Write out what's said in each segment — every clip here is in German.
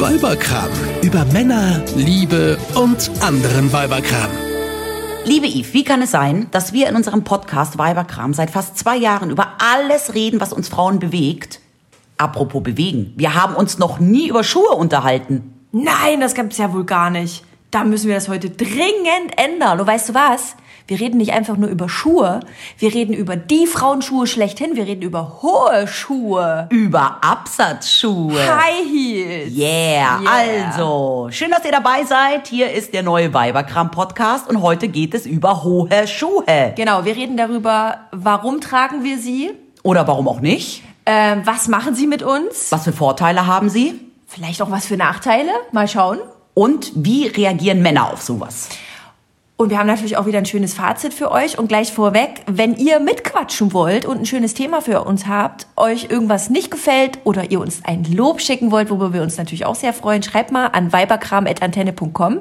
Weiberkram. Über Männer, Liebe und anderen Weiberkram. Liebe Yves, wie kann es sein, dass wir in unserem Podcast Weiberkram seit fast zwei Jahren über alles reden, was uns Frauen bewegt? Apropos bewegen, wir haben uns noch nie über Schuhe unterhalten. Nein, das gab's ja wohl gar nicht. Da müssen wir das heute dringend ändern. Und weißt du was? Wir reden nicht einfach nur über Schuhe. Wir reden über die Frauenschuhe schlechthin. Wir reden über hohe Schuhe. Über Absatzschuhe. High Heels. Yeah, Yeah. also, schön, dass ihr dabei seid. Hier ist der neue Weiberkram-Podcast und heute geht es über hohe Schuhe. Genau, wir reden darüber, warum tragen wir sie? Oder warum auch nicht? Ähm, was machen sie mit uns? Was für Vorteile haben sie? Vielleicht auch was für Nachteile? Mal schauen. Und wie reagieren Männer auf sowas? Und wir haben natürlich auch wieder ein schönes Fazit für euch. Und gleich vorweg, wenn ihr mitquatschen wollt und ein schönes Thema für uns habt, euch irgendwas nicht gefällt oder ihr uns ein Lob schicken wollt, worüber wir uns natürlich auch sehr freuen, schreibt mal an weiberkram.antenne.com.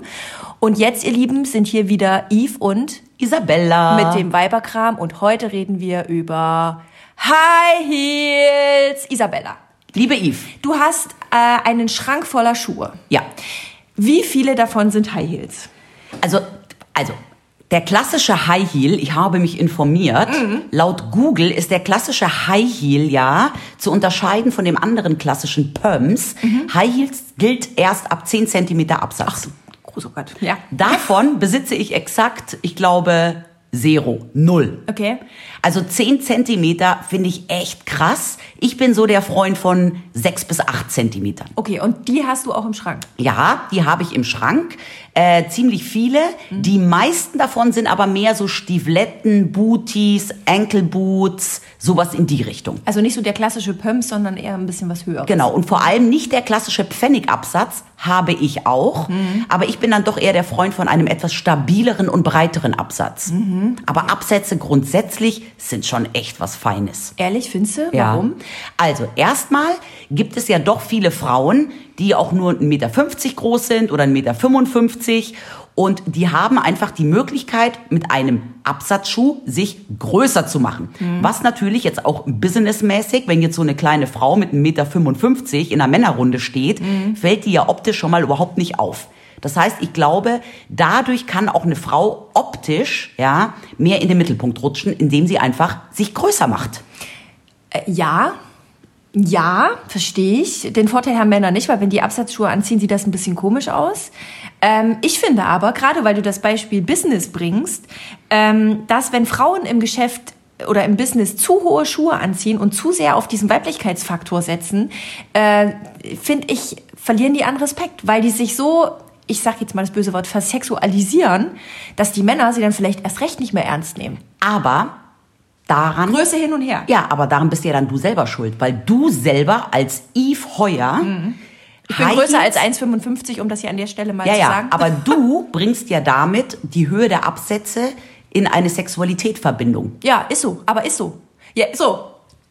Und jetzt, ihr Lieben, sind hier wieder Yves und Isabella. mit dem Weiberkram. Und heute reden wir über High Heels. Isabella, Liebe Yves. du hast äh, einen Schrank voller Schuhe. Ja. Wie viele davon sind High Heels? Also, also der klassische High Heel, ich habe mich informiert, Mhm. laut Google ist der klassische High Heel ja zu unterscheiden von dem anderen klassischen Pumps. Mhm. High Heels gilt erst ab 10 cm Absatz. Großer Gott. Ja. Davon besitze ich exakt, ich glaube, Zero, null. Okay. Also 10 Zentimeter finde ich echt krass. Ich bin so der Freund von 6 bis 8 Zentimetern. Okay, und die hast du auch im Schrank. Ja, die habe ich im Schrank. Äh, ziemlich viele. Die meisten davon sind aber mehr so Stiefletten, Booties, Ankle-Boots, sowas in die Richtung. Also nicht so der klassische Pump, sondern eher ein bisschen was höher. Genau, und vor allem nicht der klassische Pfennigabsatz habe ich auch, aber ich bin dann doch eher der Freund von einem etwas stabileren und breiteren Absatz. Aber Absätze grundsätzlich sind schon echt was Feines. Ehrlich, findest du? Ja. Warum? Also erstmal gibt es ja doch viele Frauen, die auch nur 1,50 Meter groß sind oder 1,55 Meter und die haben einfach die Möglichkeit, mit einem Absatzschuh sich größer zu machen. Was natürlich jetzt auch businessmäßig, wenn jetzt so eine kleine Frau mit 1,55 Meter in einer Männerrunde steht, fällt die ja optisch schon mal überhaupt nicht auf. Das heißt, ich glaube, dadurch kann auch eine Frau optisch ja mehr in den Mittelpunkt rutschen, indem sie einfach sich größer macht. Äh, ja. Ja, verstehe ich. Den Vorteil haben Männer nicht, weil wenn die Absatzschuhe anziehen, sieht das ein bisschen komisch aus. Ähm, ich finde aber, gerade weil du das Beispiel Business bringst, ähm, dass wenn Frauen im Geschäft oder im Business zu hohe Schuhe anziehen und zu sehr auf diesen Weiblichkeitsfaktor setzen, äh, finde ich, verlieren die an Respekt, weil die sich so, ich sag jetzt mal das böse Wort, versexualisieren, dass die Männer sie dann vielleicht erst recht nicht mehr ernst nehmen. Aber daran. Größe hin und her. Ja, aber daran bist ja dann du selber schuld, weil du selber als Eve Heuer. Mhm. Ich bin High größer Heels- als 1,55, um das hier an der Stelle mal Ja, zu ja, sagen. aber du bringst ja damit die Höhe der Absätze in eine Sexualitätverbindung. ja, ist so, aber ist so. Ja, so.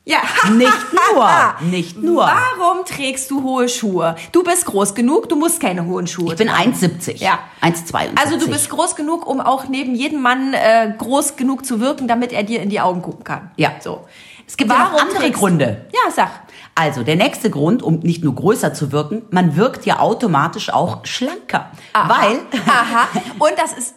Ja. Nicht nur, nicht nur. Warum trägst du hohe Schuhe? Du bist groß genug, du musst keine hohen Schuhe. Ich bin 1,70. Ja. 1,72. also du bist groß genug, um auch neben jedem Mann äh, groß genug zu wirken, damit er dir in die Augen gucken kann. Ja. So. Es gibt ja noch andere trägst- Gründe. Ja, sag. Also der nächste Grund, um nicht nur größer zu wirken, man wirkt ja automatisch auch schlanker. Weil Aha. Und das ist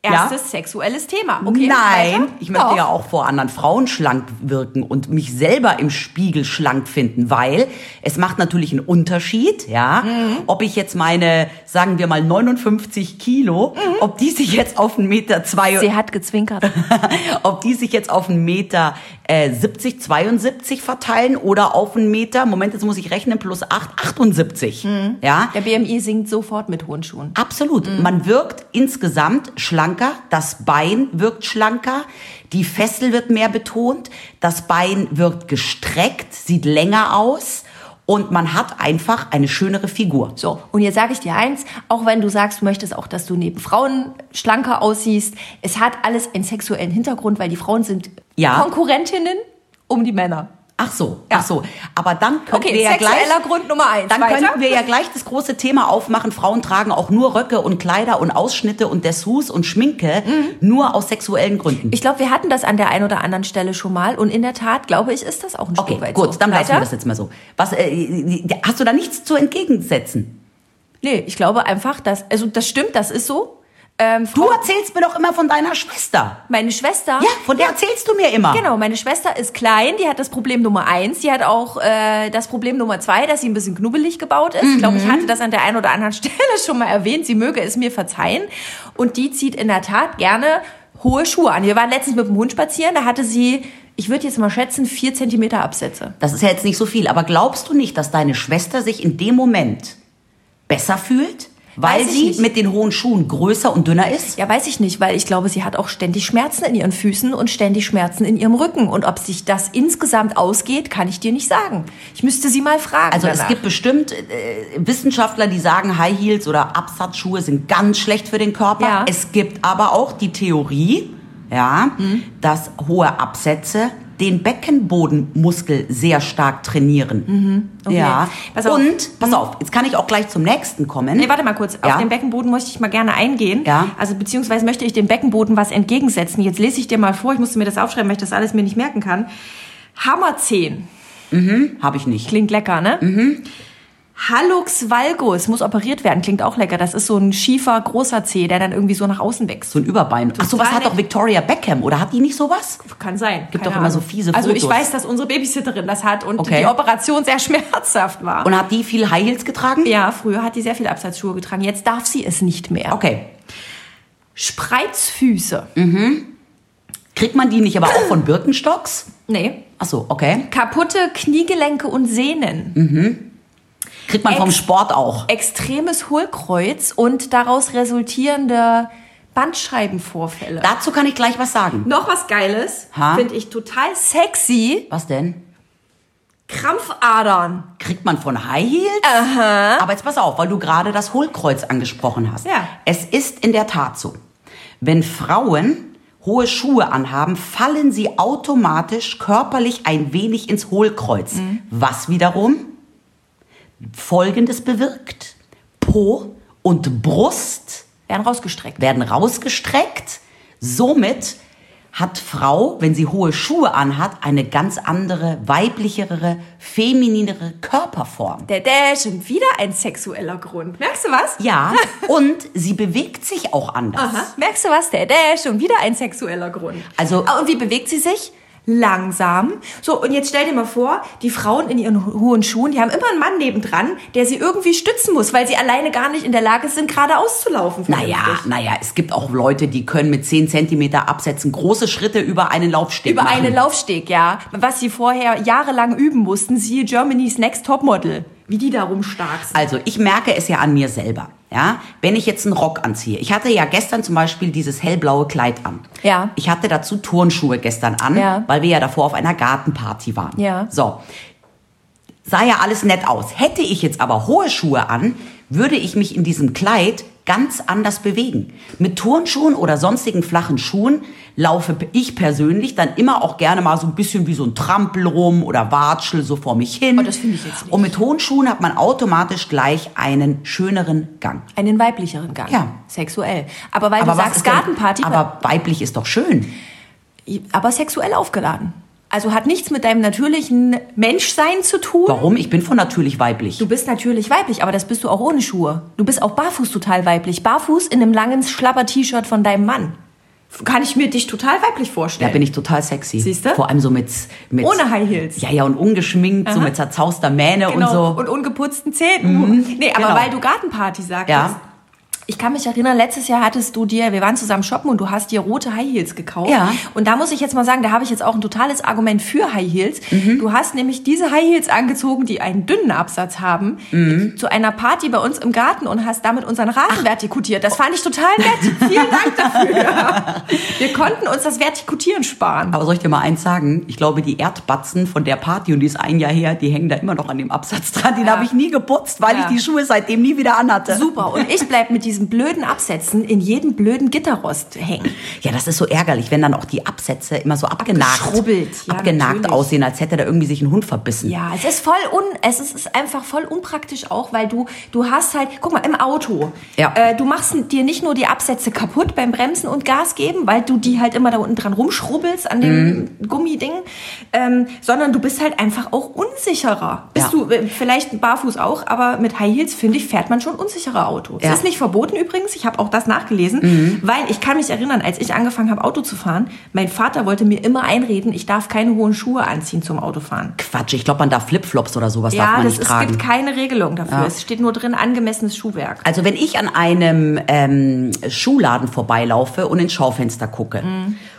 erstes sexuelles Thema. Okay, Nein, weiter? ich möchte Doch. ja auch vor anderen Frauen schlank wirken und mich selber im Spiegel schlank finden, weil es macht natürlich einen Unterschied, ja, Mhm. ob ich jetzt meine, sagen wir mal 59 Kilo, Mhm. ob die sich jetzt auf einen Meter zwei, Sie hat gezwinkert. ob die sich jetzt auf einen Meter äh, 70, 72 verteilen oder auf einen Meter, Moment, jetzt muss ich rechnen, plus 8, 78, Mhm. ja. Der BMI sinkt sofort mit hohen Schuhen. Absolut. Mhm. Man wirkt insgesamt schlanker, das Bein wirkt schlanker, die Fessel wird mehr betont, das Bein wirkt gestreckt, sieht länger aus und man hat einfach eine schönere Figur. So, und jetzt sage ich dir eins, auch wenn du sagst, du möchtest auch, dass du neben Frauen schlanker aussiehst, es hat alles einen sexuellen Hintergrund, weil die Frauen sind Ja. Konkurrentinnen um die Männer. Ach so, ach so. Aber dann könnten Okay, wir ja sexueller gleich, Grund Nummer eins. dann Weiter. könnten wir ja gleich das große Thema aufmachen. Frauen tragen auch nur Röcke und Kleider und Ausschnitte und Dessous und Schminke nur aus sexuellen Gründen. Mhm. Ich glaube, wir hatten das an der einen oder anderen Stelle schon mal und in der Tat, glaube ich, ist das auch ein Stück okay, weit gut, so. dann lassen wir Weiter? das jetzt mal so. Was, äh, hast du da nichts zu entgegensetzen? Nee, ich glaube einfach, dass, also das stimmt, das ist so. Ähm, Du Frau- erzählst mir doch immer von deiner Schwester. meine Schwester. Ja, von der erzählst du mir immer. Genau, meine Schwester ist klein, die hat das Problem Nummer eins, die hat auch äh, das Problem Nummer zwei, dass sie ein bisschen knubbelig gebaut ist. Ich glaube, Mhm. ich hatte das an der einen oder anderen Stelle schon mal erwähnt, sie möge es mir verzeihen. Und die zieht in der Tat gerne hohe Schuhe an. Wir waren letztens mit dem Hund spazieren, da hatte sie, ich würde jetzt mal schätzen, vier Zentimeter Absätze. Das ist ja jetzt nicht so viel, aber glaubst du nicht, dass deine Schwester sich in dem Moment besser fühlt, weil Weiß ich sie nicht. mit den hohen Schuhen größer und dünner ist? Ja, weiß ich nicht, weil ich glaube, sie hat auch ständig Schmerzen in ihren Füßen und ständig Schmerzen in ihrem Rücken. Und ob sich das insgesamt ausgeht, kann ich dir nicht sagen. Ich müsste sie mal fragen. Also danach. es gibt bestimmt äh, Wissenschaftler, die sagen, High Heels oder Absatzschuhe sind ganz schlecht für den Körper. Ja. Es gibt aber auch die Theorie, ja, Mhm. dass hohe Absätze den Beckenbodenmuskel sehr stark trainieren. Mhm. okay. Ja. Pass auf. Mhm. Und pass auf, jetzt kann ich auch gleich zum nächsten kommen. Nee, Äh, warte mal kurz. Auf Ja. den Beckenboden möchte ich mal gerne eingehen. Ja. Also beziehungsweise möchte ich dem Beckenboden was entgegensetzen. Jetzt lese ich dir mal vor. Ich musste mir das aufschreiben, weil ich das alles mir nicht merken kann. Hammerzehen. Habe ich nicht. Klingt lecker, ne? Mhm. Hallux valgus muss operiert werden. Klingt auch lecker. Das ist so ein schiefer, großer Zeh, der dann irgendwie so nach außen wächst. So ein Überbein. Ach so, was hat Total doch Victoria Beckham oder hat die nicht sowas? Kann sein. Gibt Keine doch immer Ahnung. so fiese Also ich Fotos. weiß, dass unsere Babysitterin das hat und Okay. die Operation sehr schmerzhaft war. Und hat die viel High Heels getragen? ja, früher hat die sehr viele Absatzschuhe getragen. Jetzt darf sie es nicht mehr. Okay. Mhm. Spreizfüße. Kriegt man die nicht aber auch von Birkenstocks? Nee. Ach so, okay. Kaputte Kniegelenke und Sehnen, Mhm. Kriegt man vom Ex- Sport auch. extremes Hohlkreuz und daraus resultierende Bandscheibenvorfälle. Dazu kann ich gleich was sagen. Noch was Geiles, Ha? finde ich total sexy, Was denn? Krampfadern. Kriegt man von High Heels? Aber jetzt pass auf, weil du gerade das Hohlkreuz angesprochen hast. Ja. Es ist in der Tat so. Wenn Frauen hohe Schuhe anhaben, fallen sie automatisch körperlich ein wenig ins Hohlkreuz. Was wiederum Folgendes bewirkt. Po und Brust Werden rausgestreckt. werden rausgestreckt. Somit hat Frau, wenn sie hohe Schuhe anhat, eine ganz andere, weiblichere, femininere Körperform. Der Dash und wieder ein sexueller Grund. Merkst du was? Ja, und sie bewegt sich auch anders. Aha. Merkst du was? Der Dash und wieder ein sexueller Grund. Also- Ah, und wie bewegt sie sich? Langsam. So, und jetzt stell dir mal vor, die Frauen in ihren ho- hohen Schuhen, die haben immer einen Mann nebendran, der sie irgendwie stützen muss, weil sie alleine gar nicht in der Lage sind, geradeaus zu laufen. Naja, vernünftig. naja, es gibt auch Leute, die können mit 10 Zentimeter Absätzen große Schritte über einen Laufsteg Über machen. einen Laufsteg, ja. Was sie vorher jahrelang üben mussten, siehe Germany's Next Topmodel. Wie die da rumstark sind. Also ich merke es ja an mir selber. Ja, wenn ich jetzt einen Rock anziehe. Ich hatte ja gestern zum Beispiel dieses hellblaue Kleid an. Ja. Ich hatte dazu Turnschuhe gestern an, Ja. weil wir ja davor auf einer Gartenparty waren. Ja. So. Sah ja alles nett aus. Hätte ich jetzt aber hohe Schuhe an, würde ich mich in diesem Kleid ganz anders bewegen. Mit Turnschuhen oder sonstigen flachen Schuhen laufe ich persönlich dann immer auch gerne mal so ein bisschen wie so ein Trampel rum oder Watschel so vor mich hin. Oh, das finde ich jetzt nicht. Und mit hohen Schuhen hat man automatisch gleich einen schöneren Gang. Einen weiblicheren Gang. Ja. Sexuell. Aber weil du was Also sagst ist denn- Gartenparty, Aber weiblich ist doch schön. aber sexuell aufgeladen. Also hat nichts mit deinem natürlichen Menschsein zu tun. Warum? Ich bin von natürlich weiblich. Du bist natürlich weiblich, aber das bist du auch ohne Schuhe. Du bist auch barfuß total weiblich. Barfuß in einem langen Schlapper-T-Shirt von deinem Mann. Kann ich mir dich total weiblich Da vorstellen. bin ich total sexy. Siehste? Vor allem so mit, mit Ohne High Heels. Ja, ja, und ungeschminkt, so Aha. mit zerzauster Mähne genau. und so. ungeputzten Zähnen. Nee, aber Genau. weil du Gartenparty sagtest. Ja. Ich kann mich erinnern, letztes Jahr hattest du dir, wir waren zusammen shoppen und du hast dir rote High Heels gekauft. Ja. Und da muss ich jetzt mal sagen, da habe ich jetzt auch ein totales Argument für High Heels. Du hast nämlich diese High Heels angezogen, die einen dünnen Absatz haben, zu einer Party bei uns im Garten und hast damit unseren Rasen vertikutiert. Das fand ich total nett. Vielen Dank dafür. wir konnten uns das Vertikutieren sparen. Aber soll ich dir mal eins sagen? Ich glaube, die Erdbatzen von der Party, und die ist ein Jahr her, die hängen da immer noch an dem Absatz dran. Den Ja. habe ich nie geputzt, weil Ja. ich die Schuhe seitdem nie wieder anhatte. Super. Und ich bleib mit diesem diesen blöden Absätzen in jedem blöden Gitterrost hängen. Ja, das ist so ärgerlich, wenn dann auch die Absätze immer so abgenagt, Abgeschrubbelt, ja, abgenagt natürlich. aussehen, als hätte da irgendwie sich ein Hund verbissen. Ja, es ist voll un, es ist, ist einfach voll unpraktisch auch, weil du du hast halt, guck mal im Auto, Ja. äh, du machst dir nicht nur die Absätze kaputt beim Bremsen und Gas geben, weil du die halt immer da unten dran rumschrubbelst an dem Mhm. Gummiding, ähm, sondern du bist halt einfach auch unsicherer. Bist Ja. du äh, vielleicht barfuß auch, aber mit High Heels finde ich fährt man schon unsicherer Auto. Ja. Mhm. Es ist nicht verboten übrigens, ich habe auch das nachgelesen, weil ich kann mich erinnern, als ich angefangen habe Auto zu fahren, mein Vater wollte mir immer einreden, ich darf keine hohen Schuhe anziehen zum Autofahren. Quatsch, ich glaube, man darf Flipflops oder sowas darf Ja, man das nicht ist, tragen. gibt keine Regelung dafür. Es steht nur drin, angemessenes Schuhwerk. Also wenn ich an einem ähm, Schuhladen vorbeilaufe und ins Schaufenster gucke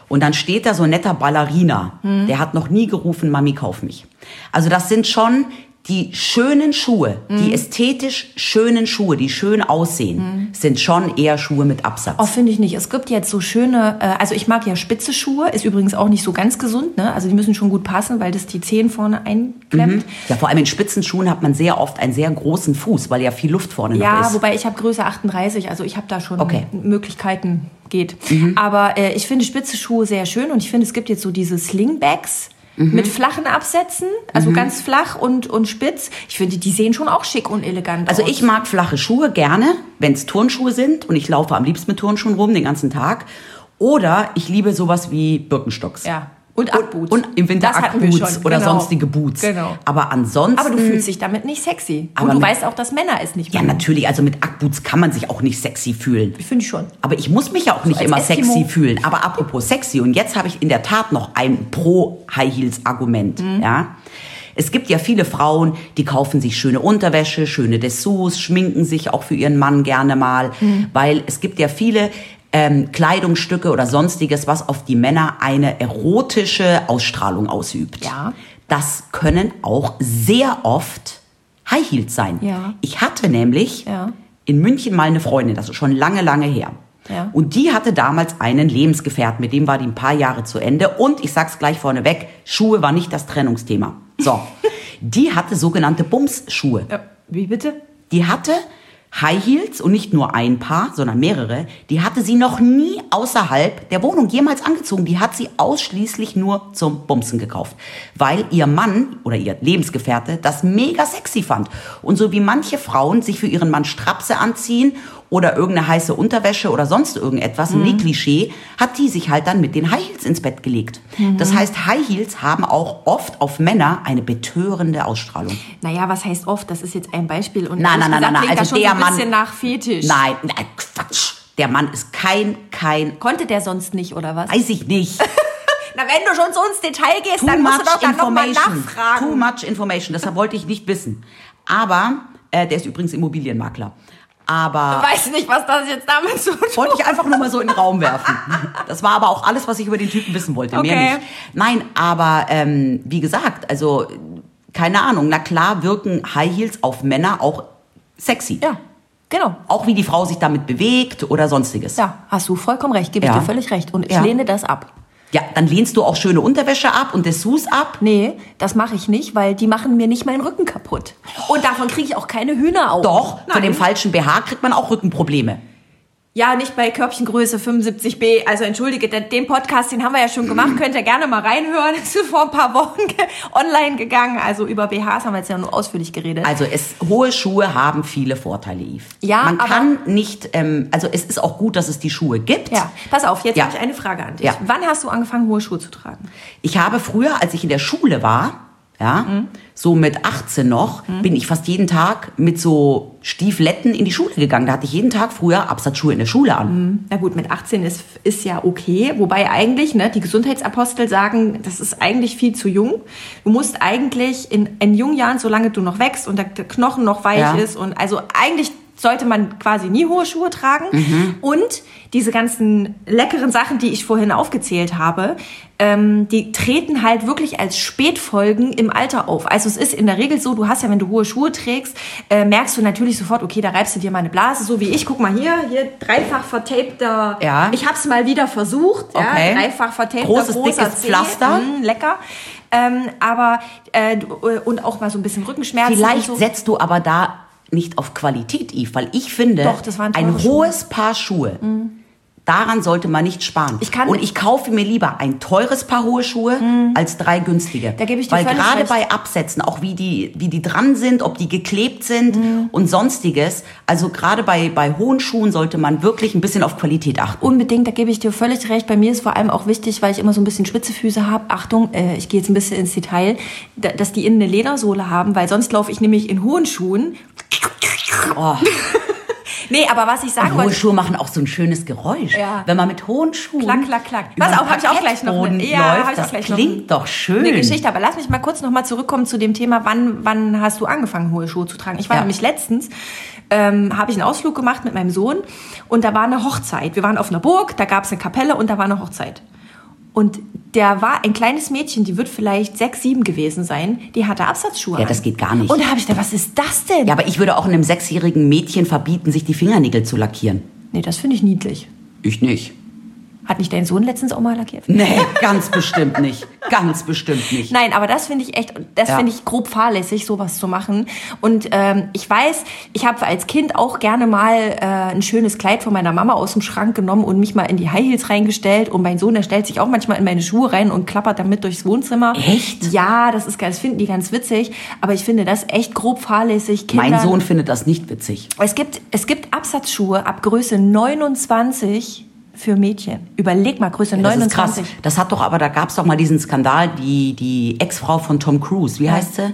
und dann steht da so ein netter Ballerina, der hat noch nie gerufen, Mami, kauf mich. Also das sind schon die schönen Schuhe, die ästhetisch schönen Schuhe, die schön aussehen, sind schon eher Schuhe mit Absatz. Oh, finde ich nicht. Es gibt jetzt so schöne, äh, also ich mag ja spitze Schuhe, ist übrigens auch nicht so ganz gesund, ne? Also die müssen schon gut passen, weil das die Zehen vorne einklemmt. Ja, vor allem in spitzen Schuhen hat man sehr oft einen sehr großen Fuß, weil ja viel Luft vorne noch Ja, ist. wobei ich habe Größe 38, also ich habe da schon Okay. Mhm. Möglichkeiten, geht. Aber äh, ich finde spitze Schuhe sehr schön und ich finde, es gibt jetzt so diese Slingbacks. Mhm. Mit flachen Absätzen, also ganz flach und, und spitz. Ich finde, die sehen schon auch schick und elegant Also aus. ich mag flache Schuhe gerne, wenn es Turnschuhe sind und ich laufe am liebsten mit Turnschuhen rum den ganzen Tag. Oder ich liebe sowas wie Birkenstocks. Ja. Und Ackboots. Und im Winter Das hatten wir Ackboots schon, oder genau. sonstige Boots. Genau. Aber ansonsten... Aber du fühlst dich damit nicht sexy. Aber und du mit- weißt auch, dass Männer es nicht ja, machen. natürlich, also mit Ackboots kann man sich auch nicht sexy fühlen. Finde ich schon. Aber ich muss mich ja auch nicht als immer Eskimo. sexy fühlen. Aber apropos sexy, und jetzt habe ich in der Tat noch ein Pro-High-Heels-Argument. Mhm. Ja? Es gibt ja viele Frauen, die kaufen sich schöne Unterwäsche, schöne Dessous, schminken sich auch für ihren Mann gerne mal, Mhm. weil es gibt ja viele ähm, Kleidungsstücke oder sonstiges, was auf die Männer eine erotische Ausstrahlung ausübt. Ja. Das können auch sehr oft High Heels sein. Ja. Ich hatte nämlich Ja. in München mal eine Freundin, das ist schon lange, lange her. Ja. Und die hatte damals einen Lebensgefährten, mit dem war die ein paar Jahre zu Ende. Und ich sag's gleich vorneweg, Schuhe war nicht das Trennungsthema. So, die hatte sogenannte Bumsschuhe. Ja, wie bitte? Die hatte High Heels und nicht nur ein Paar, sondern mehrere. Die hatte sie noch nie außerhalb der Wohnung jemals angezogen. Die hat sie ausschließlich nur zum Bumsen gekauft, weil ihr Mann oder ihr Lebensgefährte das mega sexy fand. Und so wie manche Frauen sich für ihren Mann Strapse anziehen oder irgendeine heiße Unterwäsche oder sonst irgendetwas, ein Klischee, hat die sich halt dann mit den High Heels ins Bett gelegt. Das heißt, High Heels haben auch oft auf Männer eine betörende Ausstrahlung. Naja, was heißt oft? Das ist jetzt ein Beispiel. Und Nein, ehrlich nein, nein, gesagt nein, klingt also das schon der so ein bisschen Mann- nach Fetisch. Nein, nein, Quatsch. Der Mann ist kein, kein, Konnte der sonst nicht, oder was? weiß ich nicht. Na, wenn du schon so ins Detail gehst, Too dann musst much du doch dann nochmal information. Too nachfragen. much information. Deshalb wollte ich nicht wissen. Aber, äh, der ist übrigens Immobilienmakler. Aber Weiß nicht, was das jetzt damit zu tun wollte ich einfach nur mal so in den Raum werfen. Das war aber auch alles, was ich über den Typen wissen wollte. Okay. Mehr nicht. Nein, aber ähm, wie gesagt, also keine Ahnung. Na klar wirken High Heels auf Männer auch sexy. Ja, genau. Auch wie die Frau sich damit bewegt oder sonstiges. Ja, hast du vollkommen recht. Gebe ich Ja. dir völlig recht. Und ich Ja. lehne das ab. Ja, dann lehnst du auch schöne Unterwäsche ab und Dessous ab. Nee, das mache ich nicht, weil die machen mir nicht meinen Rücken kaputt. Und davon kriege ich auch keine Hühneraugen. Doch, von Nein. dem falschen BH kriegt man auch Rückenprobleme. Ja, nicht bei Körbchengröße 75b. Also entschuldige, den den Podcast, den haben wir ja schon gemacht. Könnt ihr gerne mal reinhören. Das ist vor ein paar Wochen ge- online gegangen. Also über BHs haben wir jetzt ja nur ausführlich geredet. Also es, hohe Schuhe haben viele Vorteile, Yves. Ja, Man aber- kann nicht, ähm, also es ist auch gut, dass es die Schuhe gibt. Ja, pass auf, jetzt Ja. habe ich eine Frage an dich. Ja. Wann hast du angefangen, hohe Schuhe zu tragen? Ich habe früher, als ich in der Schule war, ja, Mhm. so mit 18 noch, bin ich fast jeden Tag mit so Stiefletten in die Schule gegangen. Da hatte ich jeden Tag früher Absatzschuhe in der Schule an. Ähm, Na gut, mit 18 ist, ist ja okay. Wobei eigentlich, ne, die Gesundheitsapostel sagen, das ist eigentlich viel zu jung. Du musst eigentlich in, in jungen Jahren, solange du noch wächst und der Knochen noch weich Ja. ist und also eigentlich sollte man quasi nie hohe Schuhe tragen. Mhm. Und diese ganzen leckeren Sachen, die ich vorhin aufgezählt habe, ähm, die treten halt wirklich als Spätfolgen im Alter auf. Also es ist in der Regel so, du hast ja, wenn du hohe Schuhe trägst, äh, merkst du natürlich sofort, okay, da reibst du dir mal eine Blase, so wie ich. Guck mal hier, hier dreifach vertapter. Ja. Ich hab's mal wieder versucht. Okay. Ja, dreifach vertapter Großes, großer dickes Zeh. Pflaster. Mm, lecker. Ähm, aber äh, du- und äh, auch mal so ein bisschen Rückenschmerzen. und Vielleicht so. setzt du aber da nicht auf Qualität, Yves, weil ich finde, Doch, das waren teure ein Schuhe. Mhm. hohes Paar Schuhe, daran sollte man nicht sparen. Ich kann- Mhm. Und ich kaufe mir lieber ein teures Paar hohe Schuhe als drei günstige. Da gebe ich dir Weil völlig gerade recht. bei Absätzen, auch wie die, wie die dran sind, ob die geklebt sind Mhm. und sonstiges, also gerade bei, bei hohen Schuhen sollte man wirklich ein bisschen auf Qualität achten. Unbedingt, da gebe ich dir völlig recht. Bei mir ist vor allem auch wichtig, weil ich immer so ein bisschen spitze Füße habe. Achtung, äh, ich gehe jetzt ein bisschen ins Detail, da, dass die innen eine Ledersohle haben, weil sonst laufe ich nämlich in hohen Schuhen. Oh. Nee, aber was ich sagen Hohe wollte. Schuhe machen auch so ein schönes Geräusch. Oh, Ja. Wenn man mit hohen Schuhen. Klack, klack, klack. über Pass den auf, hab ich auch gleich noch eine- Parkettboden ja, läuft, hab ich auch das gleich noch klingt eine- doch schön. Eine Geschichte, aber lass mich mal kurz nochmal zurückkommen zu dem Thema, wann, wann hast du angefangen, hohe Schuhe zu tragen? Ich war Ja. nämlich letztens, ähm, habe ich einen Ausflug gemacht mit meinem Sohn und da war eine Hochzeit. Wir waren auf einer Burg, da gab es eine Kapelle und da war eine Hochzeit. Und der war ein kleines Mädchen, die wird vielleicht sechs, sieben gewesen sein, die hatte Absatzschuhe. Ja, an. das geht gar nicht. Und da habe ich gedacht, was ist das denn? Ja, aber ich würde auch einem sechsjährigen Mädchen verbieten, sich die Fingernägel zu lackieren. Nee, das finde ich niedlich. Ich nicht. Hat nicht dein Sohn letztens auch mal lackiert? Nee, ganz bestimmt nicht. Ganz bestimmt nicht. Nein, aber das finde ich echt, das Ja. finde ich grob fahrlässig, sowas zu machen. Und ähm, ich weiß, ich habe als Kind auch gerne mal äh, ein schönes Kleid von meiner Mama aus dem Schrank genommen und mich mal in die High Heels reingestellt. Und mein Sohn, der stellt sich auch manchmal in meine Schuhe rein und klappert damit durchs Wohnzimmer. Echt? Ja, das ist, das finden die ganz witzig. Aber ich finde das echt grob fahrlässig. Kindern, Mein Sohn findet das nicht witzig. Es gibt, es gibt Absatzschuhe ab Größe 29 für Mädchen. Überleg mal, Größe Das 29. ist krass. Das hat doch aber, da gab's doch mal diesen Skandal, die, die Ex-Frau von Tom Cruise, wie heißt sie?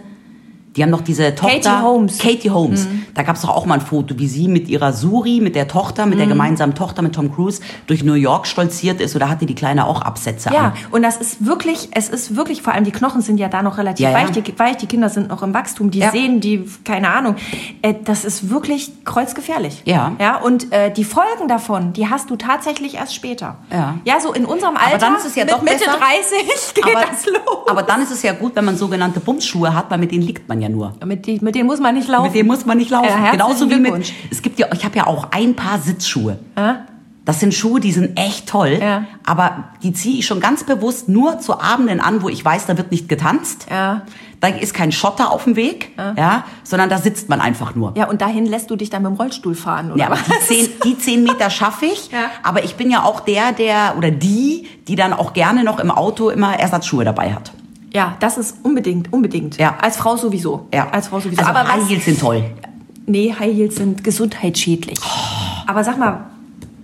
Die haben doch diese Tochter. Holmes. Mhm. Katie Holmes. Da gab's doch auch mal ein Foto, wie sie mit ihrer Suri, mit der Tochter, Mhm. mit der gemeinsamen Tochter mit Tom Cruise durch New York stolziert ist. Oder hatte die Kleine auch Absätze Ja, an? und das ist wirklich, es ist wirklich, vor allem die Knochen sind ja da noch relativ Ja, ja. weich, Die, weich, die Kinder sind noch im Wachstum, die Ja. sehen, die, keine Ahnung. Äh, das ist wirklich kreuzgefährlich. Ja. Ja, und äh, die Folgen davon, die hast du tatsächlich erst später. Ja. Ja, so in unserem Alter, dann ist es ja mit doch Mitte besser. 30 geht das los. aber dann ist es ja gut, wenn man sogenannte Bumsschuhe hat, weil mit denen liegt man ja nur. mit, die, mit denen muss man nicht laufen. Mit denen muss man nicht laufen. Ja, herzlichen Genauso wie mit. Glückwunsch. Äh? Es gibt ja, ich habe ja auch ein paar Sitzschuhe. Das sind Schuhe, die sind echt toll, Ja. aber die ziehe ich schon ganz bewusst nur zu Abenden an, wo ich weiß, da wird nicht getanzt. Ja. Da ist kein Schotter auf dem Weg, ja. sondern da sitzt man einfach nur. ja, und dahin lässt du dich dann mit dem Rollstuhl fahren, oder Ja, aber die was? zehn, die zehn Meter schaffe ich. Ja. Aber ich bin ja auch der, der oder die, die dann auch gerne noch im Auto immer Ersatzschuhe dabei hat. Ja, das ist unbedingt, unbedingt. Ja. Als Frau sowieso. Ja. Als Frau sowieso. Also aber was, High Heels sind toll. Nee, High Heels sind gesundheitsschädlich. Aber sag mal,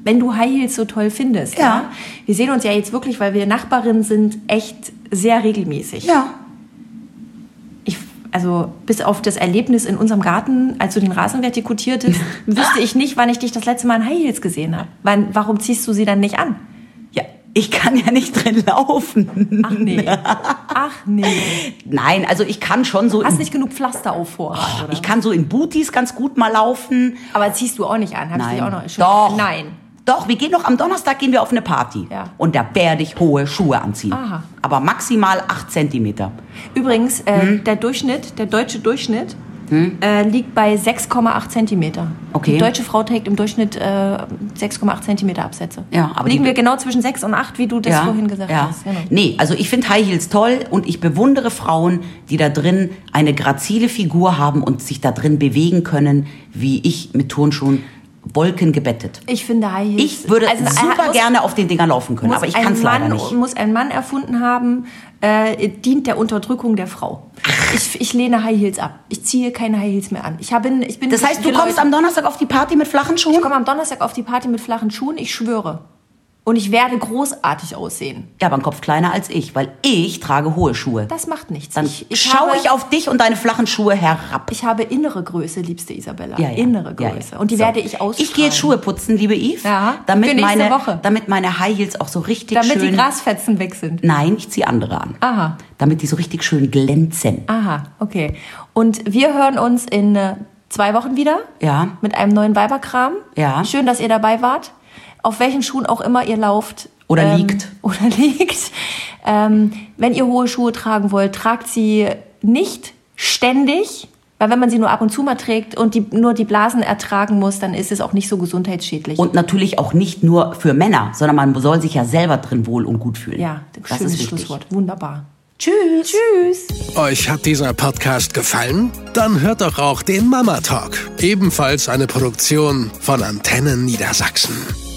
wenn du High Heels so toll findest, ne? Ja. wir sehen uns ja jetzt wirklich, weil wir Nachbarinnen sind, echt sehr regelmäßig. Ja. Ich, also bis auf das Erlebnis in unserem Garten, als du den Rasen vertikutiertest, wüsste ich nicht, wann ich dich das letzte Mal in High Heels gesehen habe. Wann, warum ziehst du sie dann nicht an? Ja, ich kann ja nicht drin laufen. Ach nee. Ach nee. Nein, also ich kann schon so. Hast in, nicht genug Pflaster auf Vorrat, oder? ich kann so in Booties ganz gut mal laufen. Aber ziehst du auch nicht an? Hab Ich dich auch noch schon- Doch. Nein. Doch, wir gehen noch am Donnerstag gehen wir auf eine Party. Ja. Und da werde ich hohe Schuhe anziehen. Aha. Aber maximal 8 Zentimeter. Übrigens, äh, Hm? der Durchschnitt, der deutsche Durchschnitt äh, liegt bei 6,8 Zentimeter. Okay. Die deutsche Frau trägt im Durchschnitt äh, 6,8 Zentimeter Absätze. Ja, aber liegen die- wir genau zwischen 6 und 8, wie du das vorhin gesagt ja. hast. Genau. Nee, also ich finde High Heels toll und ich bewundere Frauen, die da drin eine grazile Figur haben und sich da drin bewegen können, wie ich mit Turnschuhen Wolken gebettet. Ich finde High Heels. Ich würde also, äh, super muss- gerne auf den Dingern laufen können, muss aber ich ein kann es leider Mann- nicht. Muss ein Mann erfunden haben, äh, dient der Unterdrückung der Frau. Ich, ich lehne High Heels ab. Ich ziehe keine High Heels mehr an. Ich, hab, ich bin Das heißt, du wir kommst Leute- am Donnerstag auf die Party mit flachen Schuhen? Ich komme am Donnerstag auf die Party mit flachen Schuhen, ich schwöre. Und ich werde großartig aussehen. Ja, aber ein Kopf kleiner als ich, weil ich trage hohe Schuhe. Das macht nichts. Dann ich, ich schaue habe, ich auf dich und deine flachen Schuhe herab. Ich habe innere Größe, liebste Isabella. Ja, ja. Innere Ja, ja. Größe. Und die So. werde ich ausstrahlen. Ich gehe jetzt Schuhe putzen, liebe Yves. Ja, damit für nächste meine, Woche. Damit meine High Heels auch so richtig Damit schön... die Grasfetzen weg sind. Nein, ich ziehe andere an. Aha. Damit die so richtig schön glänzen. Aha, okay. Und wir hören uns in äh, zwei Wochen wieder. Ja. Mit einem neuen Weiberkram. Ja. Schön, dass ihr dabei wart. Auf welchen Schuhen auch immer ihr lauft. ähm, Oder liegt. Oder liegt. Ähm, wenn ihr hohe Schuhe tragen wollt, tragt sie nicht ständig. Weil wenn man sie nur ab und zu mal trägt und die, nur die Blasen ertragen muss, dann ist es auch nicht so gesundheitsschädlich. Und natürlich auch nicht nur für Männer, sondern man soll sich ja selber drin wohl und gut fühlen. ja, das schönes ist wichtig. Schlusswort. Wunderbar. Tschüss. Tschüss. Euch hat dieser Podcast gefallen? Dann hört doch auch den Mama Talk, ebenfalls eine Produktion von Antennen Niedersachsen.